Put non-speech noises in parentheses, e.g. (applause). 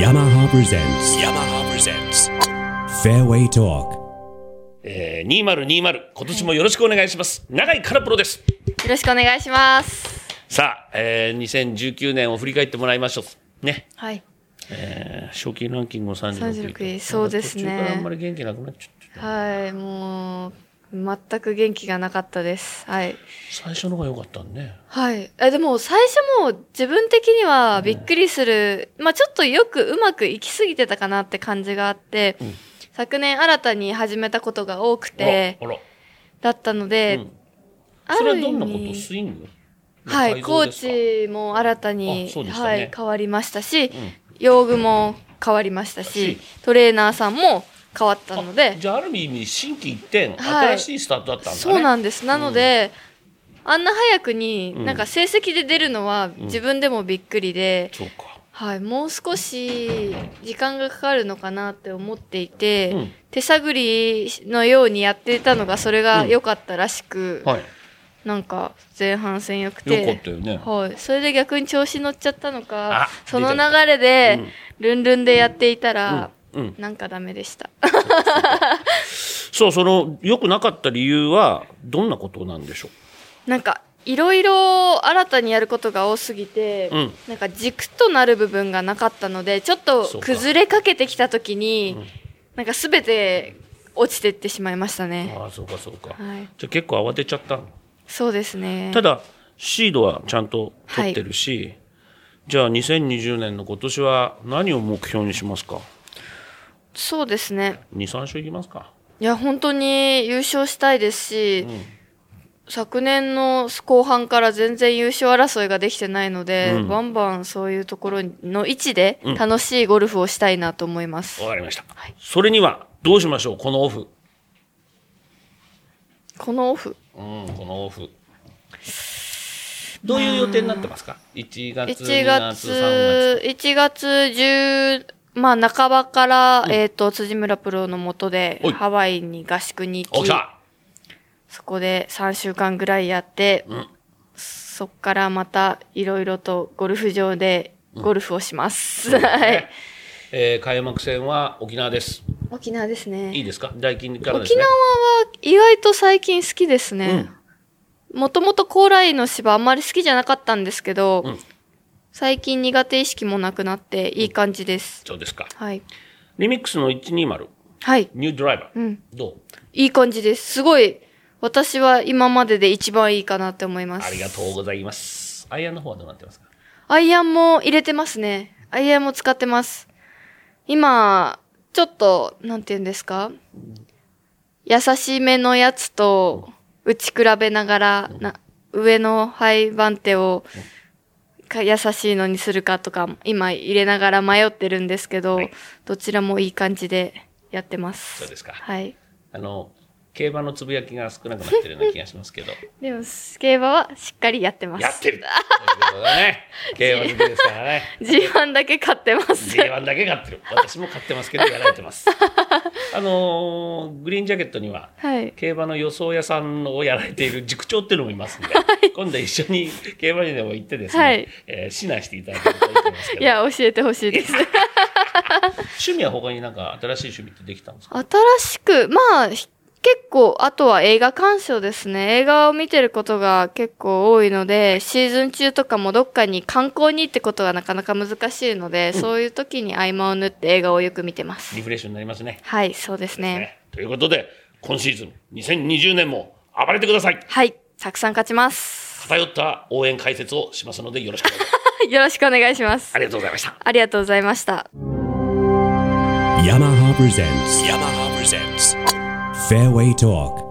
yamaha presents yamaha presents fairway talk えー、2020今年もよろしくお願いします、永井かなプロですよろしくお願いします。さあ、えー、2019年を振り返ってもらいましょうね、はい。えー、賞金ランキングも36 36位位そうですね途中からあんまり元気なくなっちゃってはい、もう、全く元気がなかったです。はい。最初の方が良かったんねはい。え、でも最初も自分的にはびっくりする、まあちょっとよくうまくいきすぎてたかなって感じがあって、昨年新たに始めたことが多くて、あらあだったので、うんあらそれはる意どんなこと味、スイングはい、コチーチも新たにあ、そうでしたねはい、変わりましたし、用具も変わりましたしし、トレーナーさんも変わったので、じゃあある意味新規一点、はい新しいスタートだったんだねそうなんです。なので、あんな早くに、なんか成績で出るのは自分でもびっくりで、そうかはい、もう少し時間がかかるのかなって思っていて、うん手探りのようにやっていたのがそれが良かったらしく、はいなんか前半戦良くて。良かったよねはい、それで逆に調子乗っちゃったのあか、その出流ちゃっれで、ルンルンでやっていたら、うんうんなんかダメでした。そうその良くなかった理由はどんなことなんでしょなんかいろいろ新たにやることが多すぎて、うんなんか軸となる部分がなかったのでちょっとそうか崩れかけてきた時に、なんか全て落ちてってしまいましたうね、ああそうかそうか、はい、じゃあ結構慌てちゃったのそうですねただ、シードはちゃんと取ってるし、じゃあ2020年の今年は何を目標にしますかそうですね ?2、3週いきますかいや本当に優勝したいですし、昨年の後半から全然優勝争いができてないので、うんバンバンそういうところの位置で楽しいゴルフをしたいなと思います、わかりました、はいそれにはどうしましょうこのオフ。このオフうん、このオフ。どういう予定になってますか ?1 月、2 1月、3月。月、1月10、まあ半ばから、えっ、と、辻村プロのもとでおい、ハワイに合宿に行おきき、たそこで3週間ぐらいやって、んそっからまたいろいろとゴルフ場でゴルフをします。 (laughs) はい。えー開幕戦は沖縄です。沖縄ですいね。いですか大金からです沖ね縄。は意外と最近好きですね。もともと高麗の芝あんまり好きじゃなかったんですけど、うん最近苦手意識もなくなっていい感じです。そうですか。はい。リミックスの120、はい。ニュードライバー。うん。どういい感じです。すごい、私は今までで一番いいかなって思います。ありがとうございます。アイアンの方はどうなってますかアイアンも入れてますね。アイアンも使ってます。今、ちょっと、なんて言うんですか優しめのやつと打ち比べながら、な上の配番手をか優しいのにするかとか、今入れながら迷ってるんですけど、はいどちらもいい感じでやってまそうす。ですか。はい。あの、競馬のつぶやきが少なくなってるような気がしますけど。でも、競馬はしっかりやってま (laughs) す。やってるということだね。競馬好きですからね。 (laughs) G1 だけ買ってます。 J1 だけ勝ってる。私も勝ってますけど、やられて (laughs) ます。あのーグリーンジャケットには、 (laughs) はい。競馬の予想屋さんをやられている塾長っていうのもいますん (laughs) で、今度一緒に競馬にでも行ってですね、はいえー指南していただけるといいと思いますけいど、や、教えてほしいです。趣味は他になんか新しい趣味ってできたんですか新しく、まあ、ひ結構、あとは映画鑑賞ですね。映画を見てることが結構多いので、シーズン中とかもどっかに観光にってことがなかなか難しいので、そういう時に合間を縫って映画をよく見てますリ。フレッシュになりますね。はい、そうですね。ねということで、今シーズン2020年も暴れてください。はい、たくさん勝ちます。偏った応援解説をしますのでよろしくお願いします。よろしくお願いします (laughs) あ。りがとうございました。ありがとうございました。 yamaha presents yamaha presents fairway talk